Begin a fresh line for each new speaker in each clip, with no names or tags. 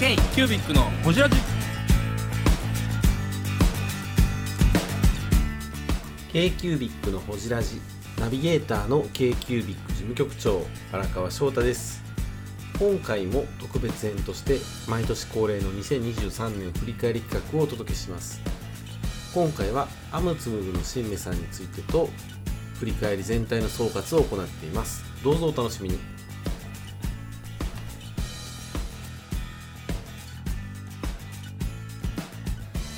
イキュービックのホジラジ
ケイキュービックのほじラジナビゲーターのケイキュービック事務局長荒川翔太です。今回も特別編として毎年恒例の2023年振り返り企画をお届けします。今回はアムツムグのシンメさんについてと振り返り全体の総括を行っています。どうぞお楽しみに。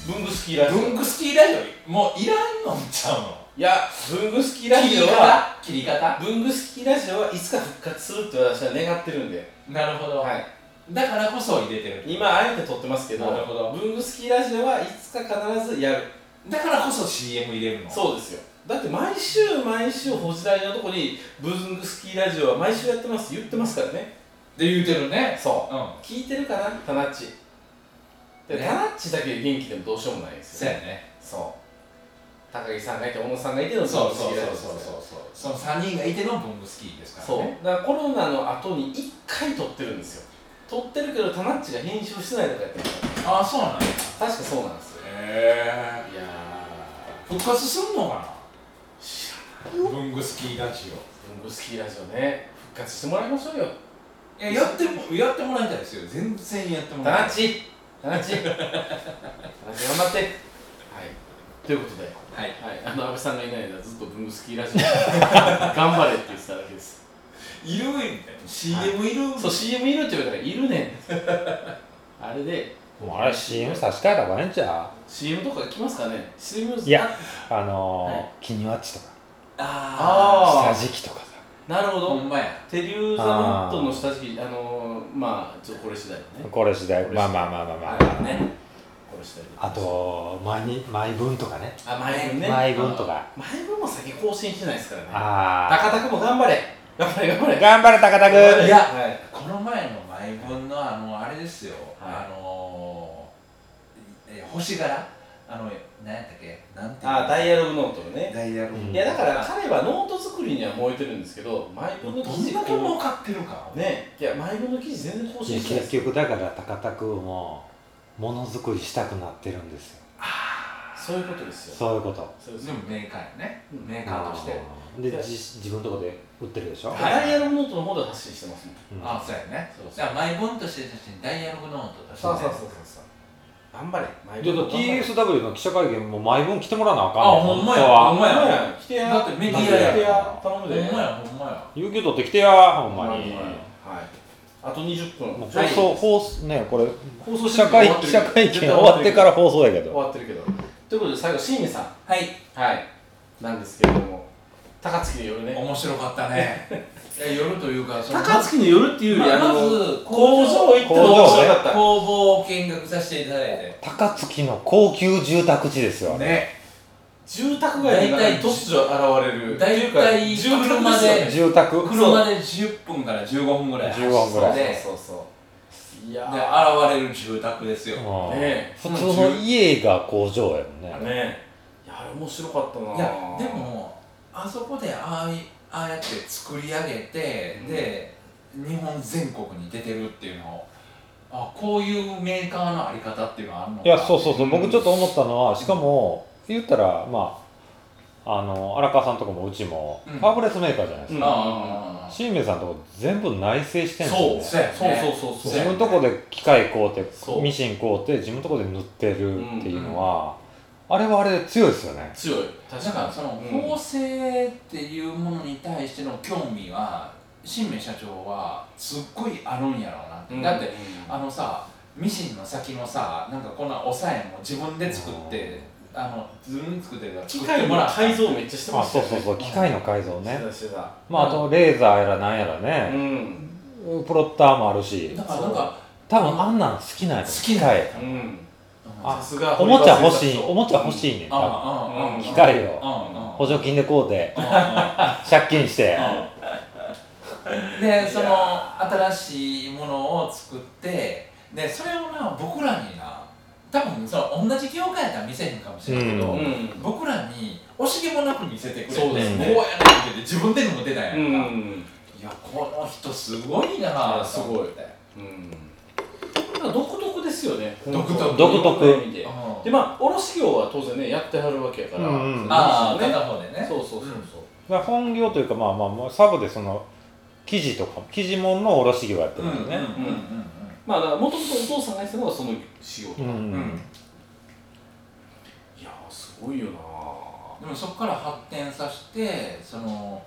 文具好きラジオ
文具スキーラジオもういらんのんちゃうの
いや文具好きラジオは
切り方
文具好きラジオはいつか復活するって私は願ってるんで、
なるほど、
はい、
だからこそ入れてる
今あえて撮ってますけど
なるほど
文具好きラジオはいつか必ずやる
だからこそ CM 入れるの
そうですよだって毎週毎週星大のとこに文具好きラジオは毎週やってます言ってますからね
で言うてるね
そう
うん
聞いてるかなタナッチで
ね
タナッチだけで元気でもどうしようもないです
そう
よ
や
ね
ね
そう高木さんがいて小野さんがいての文具
そう
好
そうそう
きラジオです
そう
ね
そうその3人がいての文具スキーですから
そう
ね
だからコロナの後に1回撮ってるんですよ撮ってるけどタナッチが編集してないとかやってるから
ああそうなんだ
確かそうなんですよ
へ
い
え
や
復活すんのか
ー知らない
な文具スキーラジオ
文具好きラジオね復活してもらいましょうよ
いややってもやってもらいたいですよ全然やって
タ
も
ナ
らいたい
ッチタナッチ タナッチ頑張ってはいということで、
はい
はい、あの安倍さんがいない間ずっと文具好きラジオ 頑張れって言ってただけです
いるみたいな CM いる
そう CM いるって言われたからいるねん あれで
もうあれ CM 差し替えた方がええんちゃ
CM とか来ますかね CM
いやうあのー
はい
キニワッチとか
あ
あー
下敷きとかさ
なるほ
あ
ど、
ほんまや
テリューザムットの下敷き、あのー、まあ、ちょっとこれ次第だね。
これ次第
これ次第
まあまあまあまあまあ、
ね。これ次第で
あ、と毎日毎分とかね
あ、前分ね。
毎分とか
前分も先更新してないですからね。
あ
高田君も頑張れ。頑張れ、頑張
あ
れ。
頑張れ高田
い
君
や、
この前の毎分のあのあれですよ、
はい
あのーえ星柄あの何やったっけなんていうの
あ、ダイアログノートのね。
ダイヤル
う
い
ん
や、だから彼はノート作りには燃えてるんですけど、前分の
ど
記
ん
事
だけ
だけも
儲かってるか
う、ね、いや、前分の記事全然更
い
新
や
してないで
結
すよ。
局だから高田君もものづくりしたくなってるんですよ
そういうことですよ。
そういうこと
そうです
で
よ
もメーカーやね
うん
メーカーとして
あーでじ自分のとこで売ってるでしょ、
はい
ダイアログノートの方で発信してますもん。
うん
あそうやね
そう
じゃあ毎分として写真ダイヤルノートとして、ね、
そうそう。頑張れ、前
ちょっと TSW の記者会見も毎分来てもらわなあかん
あ
ね
ほんまや
本当は
ほんまや
来てや。
だってメディア
来て
や
や。頼む
ほん
で。
まやほんまや
有給取ってきてやほんまに
はい。あと20分。
もう放
はい
送、放送ねこれ
放送。
記者会記者会見終わってからら放送やけ
終
ど
わってるけど。ということで最後新名さん。
はい
はい。なんですけれども、高槻の夜ね。
面白かったね いや夜というかその
高槻の夜っていうよりあ
ま
の
ず
工場行っても面白かった。
工房を見学させていただいて
高槻の高級住宅地ですよあれ
ね
住宅街が
大体
突如現れる。
大体
住宅
車
すよね
で
住宅
車で10分から15分ぐらい
15分ぐらい
で
そうそうそう。いや
で
ー。
現れる住宅ですよ
うん
ね
普通の家が工場やもんね
え。ねえ。いやあれ面白かったな。
いやで。もあそこでああいああやって作り上げて、
うん
で日本全国に出てるっていうのをあこういうメーカーのあり方っていうのはあるのか
いやそうそうそう
う
僕
ん
ちょっと思ったのはしかも言ったらまああの荒川さんとこもうちも
うん
パープレスメーカーじゃないです
うん
か
ああ
新明さんとこ全部内製してんです
そう
よね
そうやね
そうそうそうそう。
自分とこで機械買うて
そう
ミシン買うて自分とこで塗ってるっていうのはあれはあれで強いですよね
強い。
だからその
うん
縫製っていうものに対しての興味は新明社長はすっごいあるんやろうなって、だってあのさミシンの先のさなんかこんな押さえも自分で作ってあの自分で作ってるから
機
作っ
械
てもら
も
った
改造めっちゃして
あ
ました
そう
よね
そうそう機械の改造
し
ね
てたしてた
まああとレーザーやらなんやら
う
ね
ん
プロッターもあるし
だからなんか
多分あんなん好きなんやと
好
思う
き
機
なんや
械
うん
あ
さすが
おもちゃ欲しいおもちゃ欲
い
しいねん多分
あ
うん
機械
う
を
んうん
補助金で買うて
う
借金して
んうんでその新しいものを作ってでそれをな僕らにな多分その同じ業界やったら見せへんかもしれんけど、
うん
僕らに惜しげもなく見せてくれて
そう
ですね
こうやねんって自分でも出たやん
う
か、
ん
いやこの人すごいな
やすごい
と思って
うんなんか独特ですよね
独特
独特
いろんな意味で
うん
でまあ卸業は当然ねやってはるわけやから、
うんうん
ああ、
ね
片方でね。
そうそうそうそう、
だから本業というかまあまあまあサブでその生地とか生地物の卸業やってるんだよね
うんうん
まあだからもともとお父さんがやってたのがその仕事、
う
い
ん
うんうんうん
やーすごいよな
でもそこから発展させてその、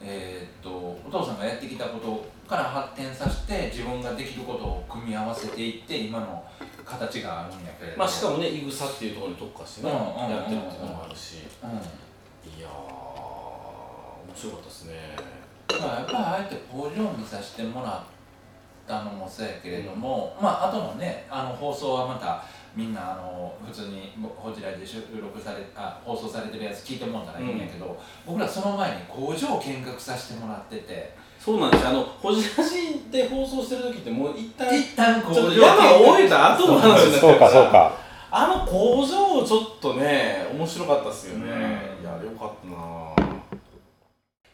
えーっとお父さんがやってきたことから発展させて自分ができることを組み合わせていって今の形があるんやけれど
まあしか
も、
もねいぐさっていうところに特化してね、
うんうんうんうん
やってるっていうのもあるし
うん、
いやー面白かったですね
だからやっぱりあえて工場見させてもらったのもそうやけれども、まああともねあの放送はまたみんなあの普通にこちらで収録されあ放送されてるやつ聞いてもらったらいいんやけど、僕らその前に工場を見学させてもらってて。
そうなんですよあのほじらしで放送してる時ってもう一旦ち
一旦工
ょ
場
っと山を終えた後の話になって
そう
る
かそうか
あの工場ちょっとね面白かったっすよね、
うん
いやよかったな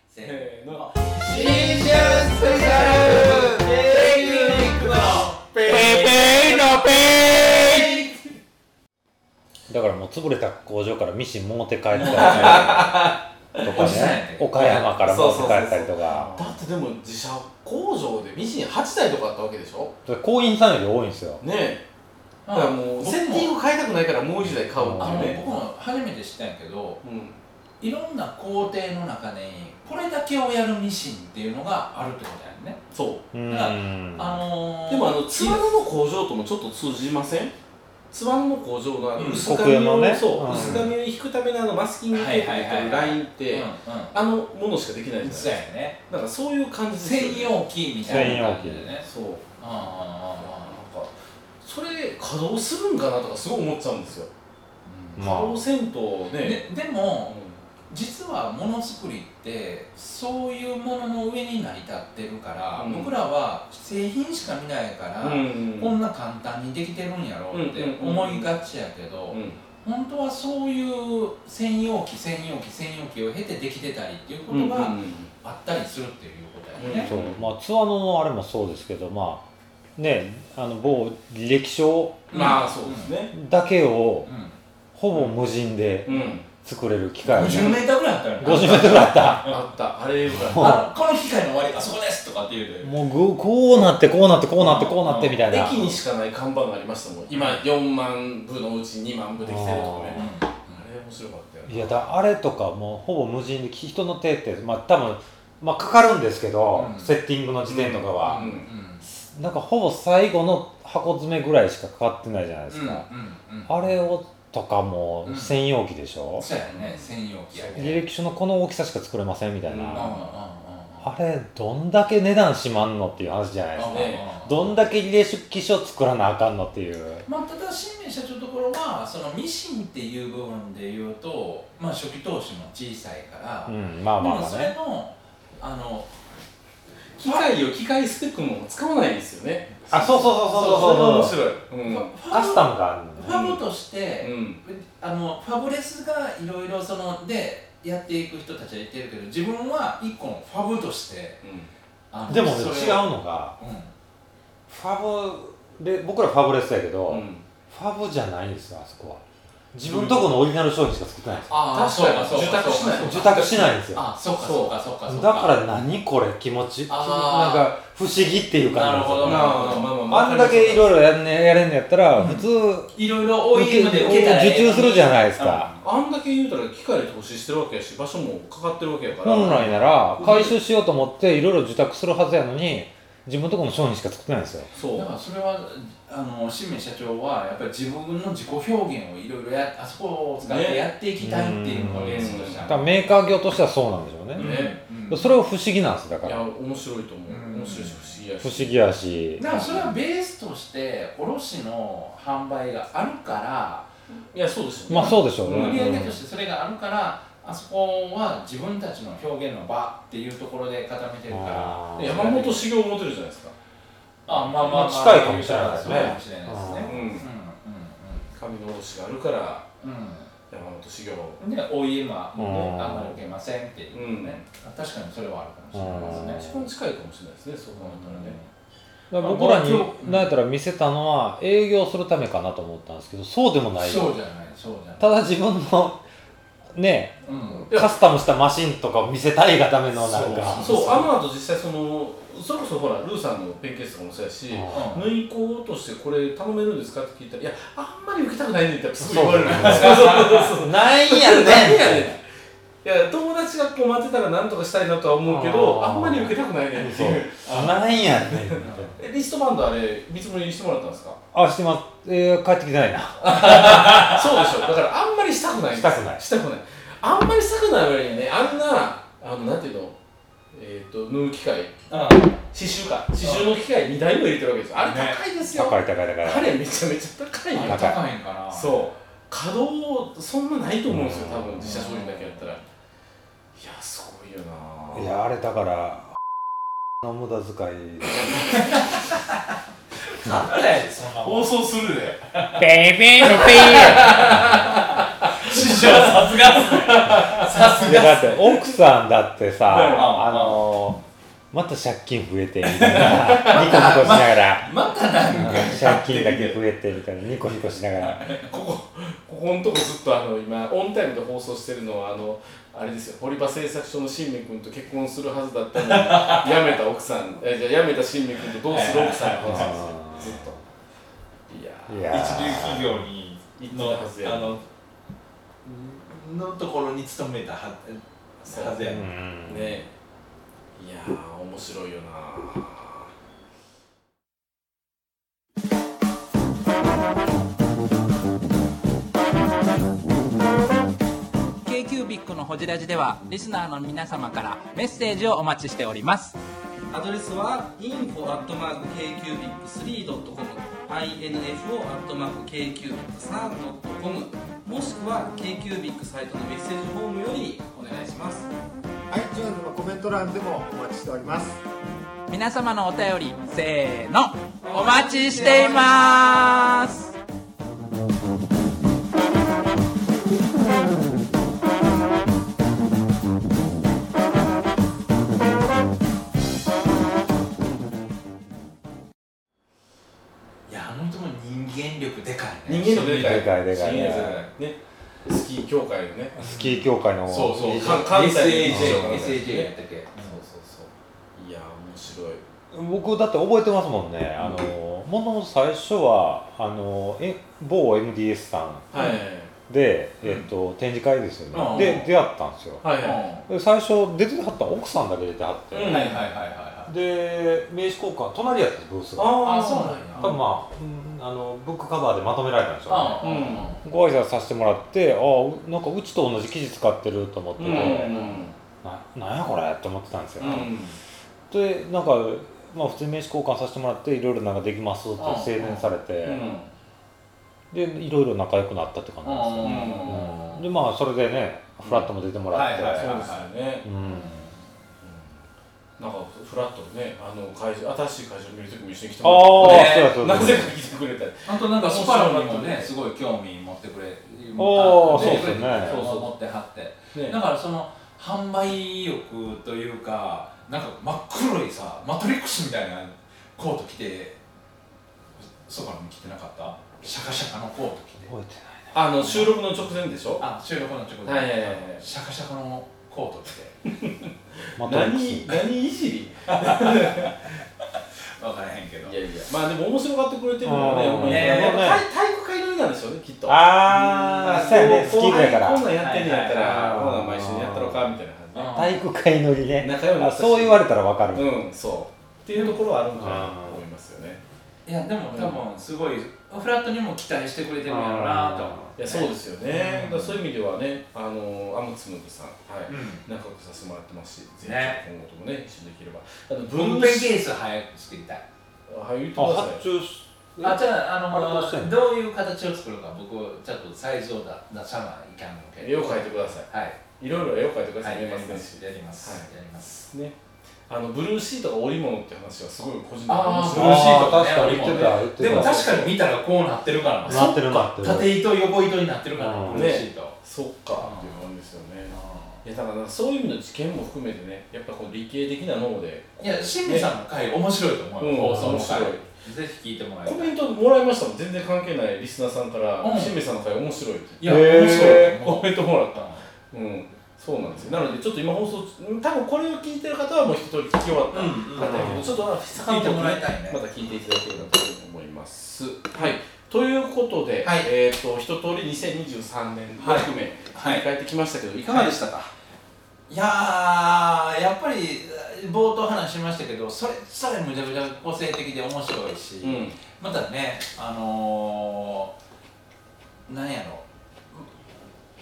せー
せーの
新春スペシャル
テクニックのペ
だからもう潰れた工場からミシン持って帰ったりとか
おじさんや
ね
ね
岡山から持って帰ったりとか
だってでも自社工場でミシン8台とかあったわけでしょ
工員さんより多いんですよ
ねえだ
だ
か
かららもう
もう
僕も
セッティング変えたくないからもう1台買うって
あ
いう
の
ね
僕も初めて知ったんやけど
うん
いろんな工程の中にこれだけをやるミシンっていうのがあるってことやんね、
そう
うん
あのー、
でもあのツワノの工場ともちょっと通じませんツワノの工場のあの
うん
薄紙
黒
を、
山ね
そう
うん
薄紙を引くためのあのマスキングテープっていうラインって、
うん
あのものしかできないじゃな
う
い
ん
で
そ
す
う
か
やね
なんかそういう感じですよね
専用機みたいな感じでね
そう
うんうんうん
なんかそれ稼働するんかなとかすごい思っちゃうんですよ
うん
まあ
稼働せんとね
ででも実はものづくりってそういうものの上に成り立ってるから、
うん
僕らは製品しか見ないから、
うんうん
こんな簡単にできてるんやろうって思いがちやけど、
うん
本当はそういう専用機専用機専用機を経てできてたりっていうこと
うんう
が
んうん
あったりするっていうことやね。
そうまあツアーのあれもそうですけどまあねあの某履歴書
まあそうですね
だけを
うん
ほぼ無人で
うん
作れる機械
50メーターぐらいあったよね。
50メートルあった
あったあれよかった
あこの機械の終わりあそこですとかっていうで。
もうぐこうなってこうなってこうなってこうなってみたいな
駅にしかない看板がありましたもん今4万部のうち2万部できてる
う
とか
ん
ねあれ面白かったよね
いやだあれとかもうほぼ無人でき人の手ってまあ多分まあかかるんですけど、
うん
セッティングの時点とか
う
は、
ん
なんかほぼ最後の箱詰めぐらいしかかかってないじゃないです
うんうん
か、
うん
あれをとかも
うん
専用機でしょ、
そうやね専用機やけど。うんうんうん
履歴書のこの大きさしか作れませんみたいな、
うん
あれどんだけ値段しまんのっていう話じゃないです
うん
か、
ね
どんだけ履歴書作らなあかんのっていう
まあ、ただ新明社長のところはそのミシンっていう部分で言うと、まあ、初期投資も小さいから、
うんまあまあ
でも
まあ
そ
ね
れのあの
機械を機械スペックも使わないんですよね
あそうそうそうそうそうそ
そ
う
れが面白いうん
フ
カスタムがあるのね
ファブとして、
うん
あのファブレスがいろいろそのでやっていく人たちはいてるけど自分は一個のファブとしてあの
でもね
それを
違うのがファブで僕らファブレスやけど、
うんう
フ
ん
ァブじゃないんですよあそこは自分とこのオリジナル商品しか作ってないんですよ
ああ
確
そう
か
か
に
そうか
受託しない
そうか
受託しないんですよ
あそうかそうかそうかそう
だから何これ気持ちなん
あー
か不思議っていう
なる
感じ
ほ
なんですよ
どなるほど
まあまあまあ
あんだけいろいろやん,、ね、やれんのやったら普通、
いろいろ多いので受けたらええ
受注するじゃないですか、
あんだけ言うたら機械で投資してるわけやし場所もかかってるわけやから
本来なら回収しようと思っていろいろ受託するはずやのに自分のとこの商品しか作ってないんですよ
そう
だからそれはあの新明社長はやっぱり自分の自己表現をいろいろやあそこを使って
ね
やっていきたいっていうのがベースとしてあ
だ
る
からメーカー業としてはそうなんでしょうね、
ね
うん
それは不思議なんですだか
いや
ら
面白いと思う
うん
面白いし不思議やし
不思議やし
だからそれはベースとして卸の販売があるから
いやそうですよね
まあそうでしょうね、
ん
売り上げと
うん
してそれがあるからあそこは自分たちの表現の場っていうところで固めてるか
あ
ら
ー
山本修行モデルじゃないですか
あまあまあまあ
近いかもしれないですね
そうかもしれないですね
う
うん
ん神の卸があるから
うんうんうん
山本修行
で OEM は
う
もうんあんまり受けませんっていうね、確かにそれはあるかもしれないですね。
一番近いかもしれないですねそう考えたらね
だから僕ら
まあ今日
になんやったら見せたのは営業するためかなと思ったんですけどそうでもない
そうじゃないそうじゃない
ただ自分のね
うん
いや
カスタムしたマシンとかを見せたいがためのなんか
そうそうあの後実際そのそれこそほらルーさんのペンケースとかもそうやし、
うん
縫い子としてこれ頼めるんですかって聞いたら「いやあんまり受けたくないね」ってすぐ言われるんですよ
うんないんや
何や
ね
ねんいや友達がこう待ってたら何とかしたいなとは思うけど
あー
あんまり受けたくないねっていう
そうないんやねん
えリストバンドあれ見積もりしてもらったんですか
あしてますえー帰ってきてないな
そうでしょだからあんまりしたくないんです
したくない
したくないあんまりしたくない割にねあんなあのなんていうのえっ、と縫う機械刺繍か刺繍の機械2台も入れてるわけですよあれ
ね
高いですよ、
高い高い高い
あれめちゃめちゃ高いよ
あれ高いんかな
そう稼働そんなないと思うんですよ多分
うん
自社商品だけやったらいやすごいよない
やあれだからの無駄遣い
なんだよそんなもん
送するで
ベイベーのベ
師匠さすがっすねさす
イだって奥さんだってさ
はい
あのーまた借金増えてみたいな ニコニコしながら
またなんか
借金だけ増えてみたいなニコニコしながら
ここここのとこずっとあの今オンタイムで放送してるのはあのあれですよ堀場製作所の新明君と結婚するはずだったのに辞めた奥さんえじゃあ辞めた新明君とどうする奥さんの話ですよずっといやー
い
一
や
流
ー
企業に
行って
の
たはずや
あののところに勤めたは
そう
はずや、
うん
ねいやー面白いよな
k q b i c のほじラジではリスナーの皆様からメッセージをお待ちしております
アドレスは info.kcubic3.com info.kcubic3.com もしくは KQBIC サイトのメッセージフォームよりお願いします
iTunes のコメント欄でもお待ちしております
皆様のお便りせーのお待ちしています
いやあの人も人間力でかいね
人間力でかい
でかいでかい
新入生ねスキー協会のね
スキー協会の
そうそう
SAJ
関関西
SAJ
の
やったっけ
そうそうそういやー面白い
僕だって覚えてますもんねあのもともと最初はあのえ某 MDS さん
はい
で、えっと展示会ですよね、
うん
で出会ったんですよ、
はい
うん
は
で最初出てはった奥さんだけ出てはって、
うん
はいはいはいはいはい
で名刺交換隣やったんですブースが
あ
あそうなんや
多分まあ,、うんあのブックカバーでまとめられたんでしょうね
うんうん
ご挨拶させてもらってああなんかうちと同じ生地使ってると思って
う
て、
ん
ななんやこれって思ってたんですよ、
うん
でなんか、まあ、普通に名刺交換させてもらっていろいろなんかできますって制限されて、
うん
でいろいろ仲良くなったって感じなんですよ、ね
うん
でまあそれでねフラットも出てもらって、
はいはい
そうですよね
うん
なんかフラットねあの会場新しい会場見るときも一緒に来て
ああ、
もらって
そうやそうや
なぜか来てくれたり
あとなんかスパロにも
面白かった
ね
ね
すごい興味持ってくれ
おー
持って
そうですね
そうそう持ってはって
ね
だからその販売欲というかなんか真っ黒いさマトリックスみたいなコート着てそばに着てなかったシャカシャカのコート着て
覚えて
あの収録の直前でしょ
あ収録の直後
はいはいはいはい
シャカシャカのコート着て
ないまた
何何いじり
分からへんけど
いやいやまあでも面白がってくれてるのはね
うん
僕ねやっぱ
ね
体体育会のりなんでしょうねきっと
ああ、そうやね、スキ
後
ー部やか
輩こんな
ら。
んやってんねやったら
はいはい
ほな毎週やったろかみたいな感
うん
体育会乗りね。
仲良くな
あ
ったし
そう言われたらわかる。
じねうんそうっていうところはあるんじゃないかと思いますよね
いやでも多分すごいフラットにも期待してくれてるんやろうなと思
いやそうですよね、
うん
だからそういう意味ではね、あのアムツムグさん、はい
うん
仲良くさせてもらってますし、ぜひ
ね
今後ともね、一緒にできれば。あの
ブ
文
ルペン
系
ケース早く作りたい
はい、言ってくださ
発注し
あじゃああ
あれ
の
どうしてんの
どういう形を作るか僕ちょっとサイズを出出さないいかんのけ
い。絵を描いてくださ
はい
い。いろいろ絵を描いてくだ
は
さい。
い
見え
や
ま
り
せ
ま
ん
すやります、
は
やります
い。ね。あのブルーシートが織物って話はすごい個人的に
あー
面
ブル
白
ー
い
シ
し
ート確かに言ってた、言ってた。
でも確かに見たらこうなってるからな
なってるなってる
縦糸横糸になってるから
うん
ブルーシート、
そっかっていう感じですよね。いいやだからなんかそういう意味の知見も含めてねやっぱこう理系的な脳で
いや、清水さんの回面白いと思うよ、
う
放
ん
送の回
面白
ぜひ聞いてもらいた
コ
い
メントもらいましたもん全然関係ないリスナーさんから
うん
「清水さんの回面白い」って
いや、
へー
面白いと思
コメントもらった
う
うんそうなんですよなのでちょっと今放送多分これを聞いてる方はもう一通り聞き終わった方やけどちょっと
聞いてもらいたいね
また聞いていただければと思いますはいということで、
はい
えっ、と一通り2023年
はい
含め
は
振り
い
返ってきましたけど、い、かがでしたか、
いやーやっぱり冒頭話しましたけどそれさえむちゃくちゃ個性的で面白いし、
うん
またねあのー、なんやろ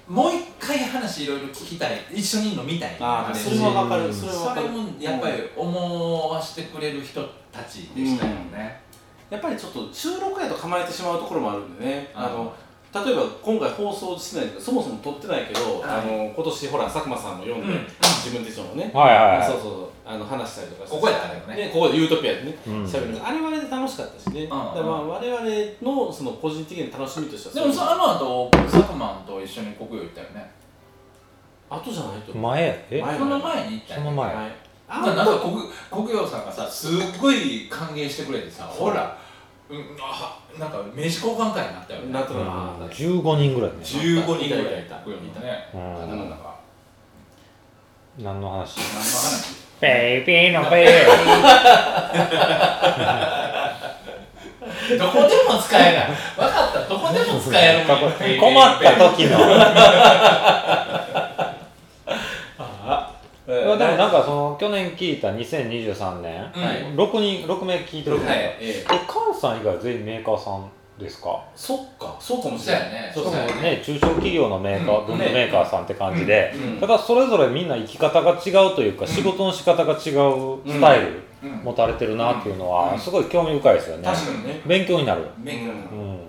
もう一回話いろいろ聞きたい一緒に飲みたい
ああ
で
それはわかるそれはわ
そ
か
れ
る
もやっぱり思わせてくれる人たちでしたよね、
やっぱりちょっと収録やと構えてしまうところもあるんでね、
うん
あの例えば今回放送してないけどそもそも撮ってないけど、
はい
あの今年ほら佐久間さんも読んで、
うん
自分手帳もね、
はいはいはい
そうそうそうあの話したりとかして
ここやったよね
ねここでユートピアでね
うん
喋るのがあれはあれで楽しかったしね、
ん
だからまあ我々のその個人的な楽しみとしては
でも
そう
そあの後佐久間と一緒に国用行ったよね
後じゃないと思う
前え
前
その前に行ったよ
そ
ね
の前
はい
あ
あ
なんか国国業さんがさすっごい歓迎してくれてさほら、うん、あなんか名刺交換会になったよね
なった
うん
なあー
15人ぐらいね
15人ぐ
い
ら
た
い
いた
国業にいたね
う
なん
ん
だか
何の話
何の話
ベイビーのベイビー
どこでも使えない分かったどこでも使えるもん
困った時の
え
で
ー
もなんかその去年聞いた2023年
うんはい
6人六名聞いてるじゃない
ええ
え関さん以外全員メーカーさんですか
そっかそうかもし
そう
れ
や
ない
ね
そう
そうやね
ね中小企業のメーカー
うん
軍のメーカーさんって感じで
うん
ただそれぞれみんな生き方が違うというか仕事の仕方が違うスタイル
うん
持たれてるなっていうのは
うん
すごい興味深いですよね
確かにね
勉強になる
メイク
うん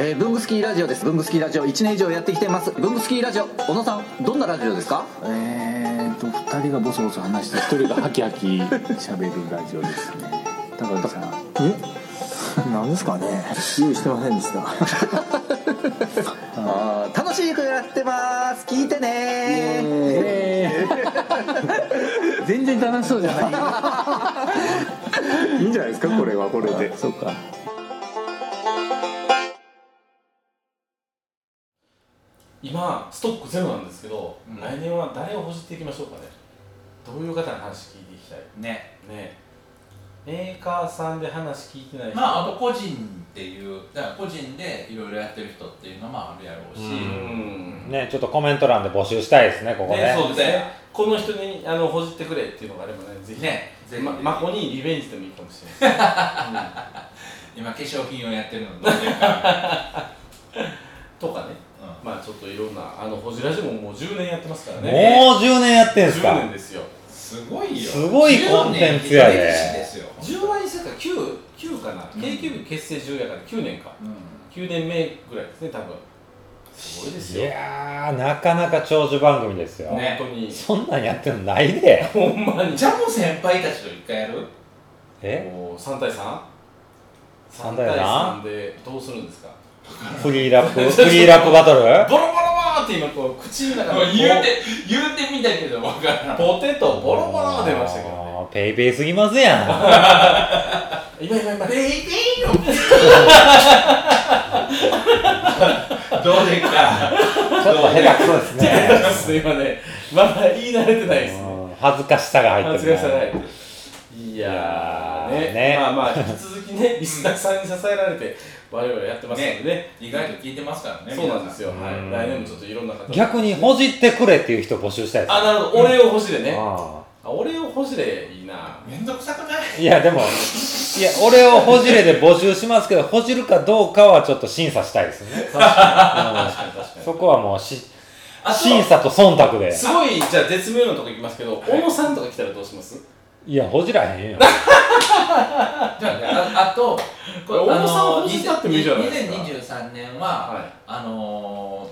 えー、文具スキーラジオです文具スキーラジオ1年以上やってきてます文具スキーラジオ小野さんどんなラジオですかえーと2人がボソボソ話して1人がハキハキ喋るラジオですね高橋さんえなんですかね用意してませんでしたあー楽しい曲やってます聞いてね全然楽しそうじゃない
いいんじゃないですかこれはこれで
そうか
今ストックゼロなんですけど、
うん
来年は誰をほじっていきましょうかねどういう方の話聞いていきたい
ね
ねメーカーさんで話聞いてない人
まああと個人っていうだから個人でいろいろやってる人っていうのもあるやろうし、
うん
ねちょっとコメント欄で募集したいですねここ
ね
ね
そうですねこの人にあのほじってくれっていうのがあればねぜひ
ねぜひ
ま、まこにリベンジでもいいかもしれない、うん
今化粧品をやってるのどうでか、
とかね
う
まあちょっといろんなあのほじラジももう10年やってますから
もう
ね
10年やってんす
10
か
年ですよ
ん、すごいよ
すごいコンテンツやで
10年歴史ですよ
10倍にするから9九かな
うん
k q b 結成10やから9年か
うん
9年目ぐらいですね多分すごいです
い
よ
やーなかなか長寿番組ですよ
ね
本当に
そんなんやってんのないで
ほんまに
ジャム先輩たちと一回やる
え
もう3対 3?
3対3
でどうするんですか
フリーラッ プフリーラップバトル
ボロボロボロって今こう口の中 で
言うて言うてみたけど分からん
ポテトボロボロ出ましたけどね
あーペイペイすぎます やん
今今今
どうでっか
ちょっと下手くそですね
すいませんまだ言い慣れてないですね
うん恥ずかしさが入っ
恥
て
ず
る
かしさないいやーね
ね
まあまあ引き続きねリスナーさんに支えられて我々はやってますのでね
意外と聞いてますからね
そうなんです
よ
よ、
ん
はい、来年もちょっといろんな方
逆にほじってくれっていう人募集したいです
あなるほどお礼を欲しでね、
あ
あ俺をほじれいいな
めんどくさくない
ーいやでもいや俺をほじれで募集しますけどほじるかどうかはちょっと審査したいですねうんそこはもうし
あと
審査と忖度です
ごいじゃあ絶妙なとこ行きますけど、小野さんとか来たらどうします
いやほじらへんよ
じゃあねああと
これ大野さんを手伝ってもいいじゃないですか
2023年は、
は
あの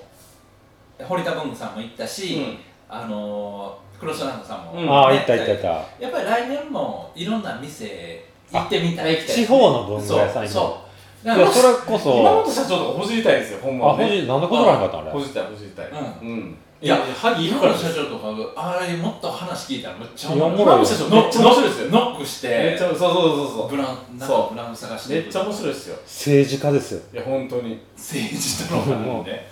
ー、堀田文具さんも行ったし、
うん
あのー、クロスランドさんも、
うん
ああいったいったいった
やっぱり来年もいろんな店行ってみたい
地方の文具屋さ
そう
んに
そう
い
だから
やそれこ
今本
そ
社長とかほじりたいですよほん
あ
まは
ほ
ね
じなんでこじらへんかったんあれ
ほじりたいほじりたい、
うんいや、
萩行
今
くから
の
です
社長とか、あれ、もっと話聞いたらめっちゃ
いやおも
い。
ろいよ
社長
ノ
めっちゃ面白いですよ
ノックして、
めっちゃそうそうそうそう
ブランなん
そ
か
う
ブランド探して
めっちゃ面白いですよ
政治家ですよ
いや本当に
政治とのなんで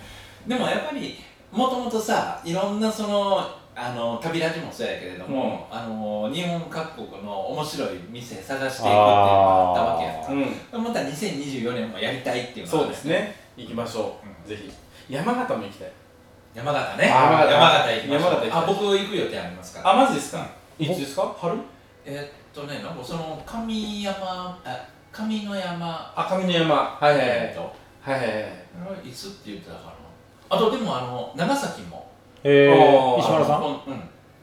でもやっぱりもともとさいろんなそのあの旅立ちもそうやけれども、あの日本各国の面白い店探していくっていうのがあったわけやか
うん
らまた2024年もやりたいっていうのがあ
そう
る
ですね行きましょう、ぜひ山形も行きたい
山形ね
あー
山形行きましょう
山形行きたい
あ僕行く予定ありますから
あマジですかいつですか春
えーっとねなんかその上山あ上の山
赤身の山はいはいはい
えーっと
はいはい
いつって言ってたかなあとでもあの長崎も
え
あ
ー、
ー
石丸さん
こん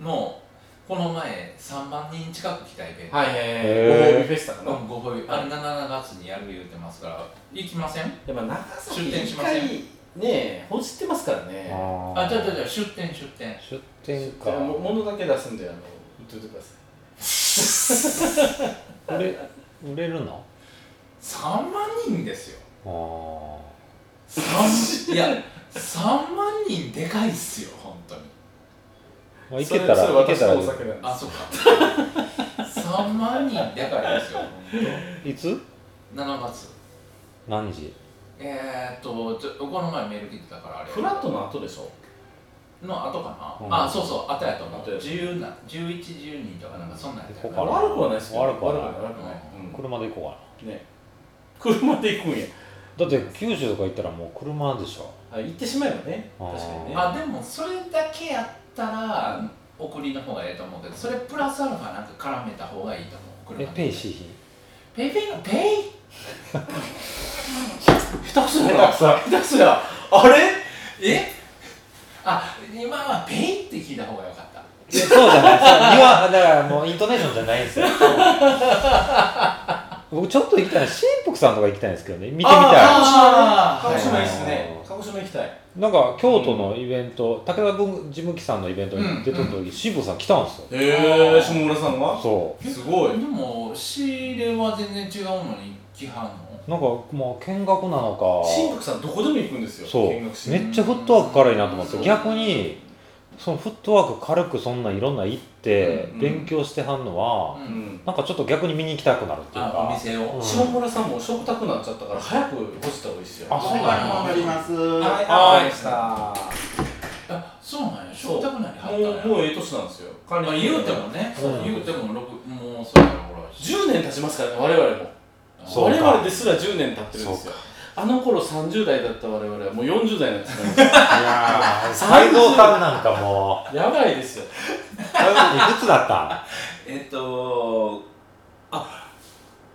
うん、のこの前3万人近く来たイベント、
はいはいはい
へー
ご褒美フェスタかな、
うんご褒美あれ7月にやる言うてますから行きません
やっぱ長崎
出店しません
一回ねほじってますからね
あじゃあじゃあ
あ
じゃあ出店出店
出店
じ
か
ゃあも物だけ出すんであの売っといてください
売れ売れるの
3万人ですよ
あー
3いや3万人でかいっすよ本当に
まあいけたら
それそれ
いけ
私
たら
のお酒なんで
あそっか3万人でかいですよ本
いつ
当7月
何時
えー、っとちょこの前メール来てたからあれ
すフラットの後でしょ
の後かな、
うん
あそうそう後やと思う
後やと思
10な11、12とかなんかそんなんやったよ
こ
な
こ
あ悪くはないですよ
悪くはない
悪くはない、うん
車で行こ
ね車で行くんや
うかなだって九州とか行ったらもう車でしょ
あ行ってしまえばね
あー
確かにね
あでもそれだけやったら送りの方がええと思うけどそれプラスアルファなんか絡めた方がいいと思う
え
車
ペイシーひん
ペイペイのペ
下手くそやな下手くそやあれ
イえあ今はペイって聞いた方がよかった
いやそうじゃないそう言わだからもうイントネーションじゃないん ですよ僕ちょっと行きたいな新福さんとか行きたいんですけどね見てみたい
あ
鹿児島いいっす
はいはいは
ね
い
鹿児島行きたい
なんか京都のイベント、武田文事務機さんのイベントに出とった時、新福さん来たんですよ
へえ下村さんが
そ
すご
でも仕入れは全然違うのに来はんの
うなんかもう見学なのか
新福さんどこでも行くんですよ
そう
見学しに
めっちゃフットワーク軽いなと思っ
そう
て逆にそのフットワーク軽くそんないろんな行って
うんうん
勉強してはんのは、
う
うんん
なんかちょっと逆に見に行きたくなるっていう
あお
か
店を
うん
下村さんも食卓になっちゃったから早く干した方がいいっすよ
あそうなんや
頑張ります
はい
はい
わかりました
あそうなんや
そ
食
う
卓内に貼ったん
もう
や
もうええ年なんですよ管理
あ言うてもね、
うん
言うても六もうそうやろほら
10年経ちますからね我々も
そう
我
か
々ですら10年経ってるんですよあの頃30代だった我々はもう40代になってしまいま し
いやー斎藤さんなんかもう
たやばいですよ
いくつだった
えっとあ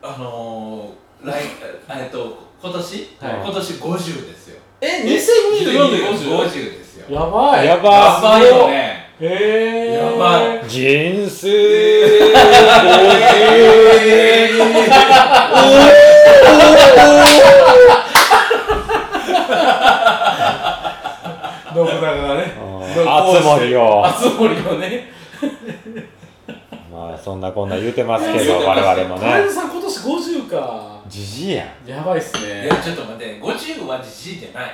あのー、来えっと今年、
はい
今年50ですよ
え2024で50
50ですよ
やばい
やば
ばいよね
へえ
やばい
人生
信長がね
熱森よ
熱森をね
まあそんなこんな言うてますけ
言う
ど
てます
我々も
前
ね
田さん今年50か
じじいやん
やばいっす
い
ね
やちょっと待って50はじじいじゃない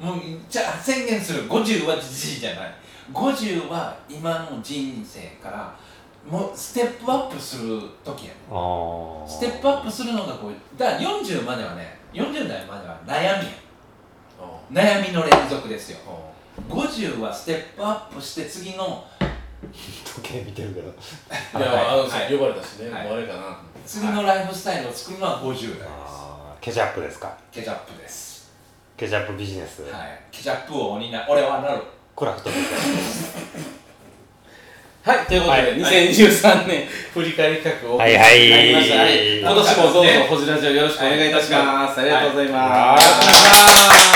もうじゃあ宣言する50はじじいじゃない50は今の人生からもうステップアップする時やね
あー
ステップアップするのがこうだから40まではね40代までは悩みや悩みの連続ですよ50はステップアップして次の
時計見てるけど
いやあのさ
はい
呼ばれたしねも
はいう
あれかな
次のライフスタイルを作るのは50代です
あーケチャップですか
ケチャップです
ケチャップビジネス、
はいケチャップ王にな俺はなる
クラフトビジネス
はい、ということで、2023年振り返り企画を
はいはい
やりましたはい今年もどうぞホジラジオよろしくお願いいたします、ありがとうございます、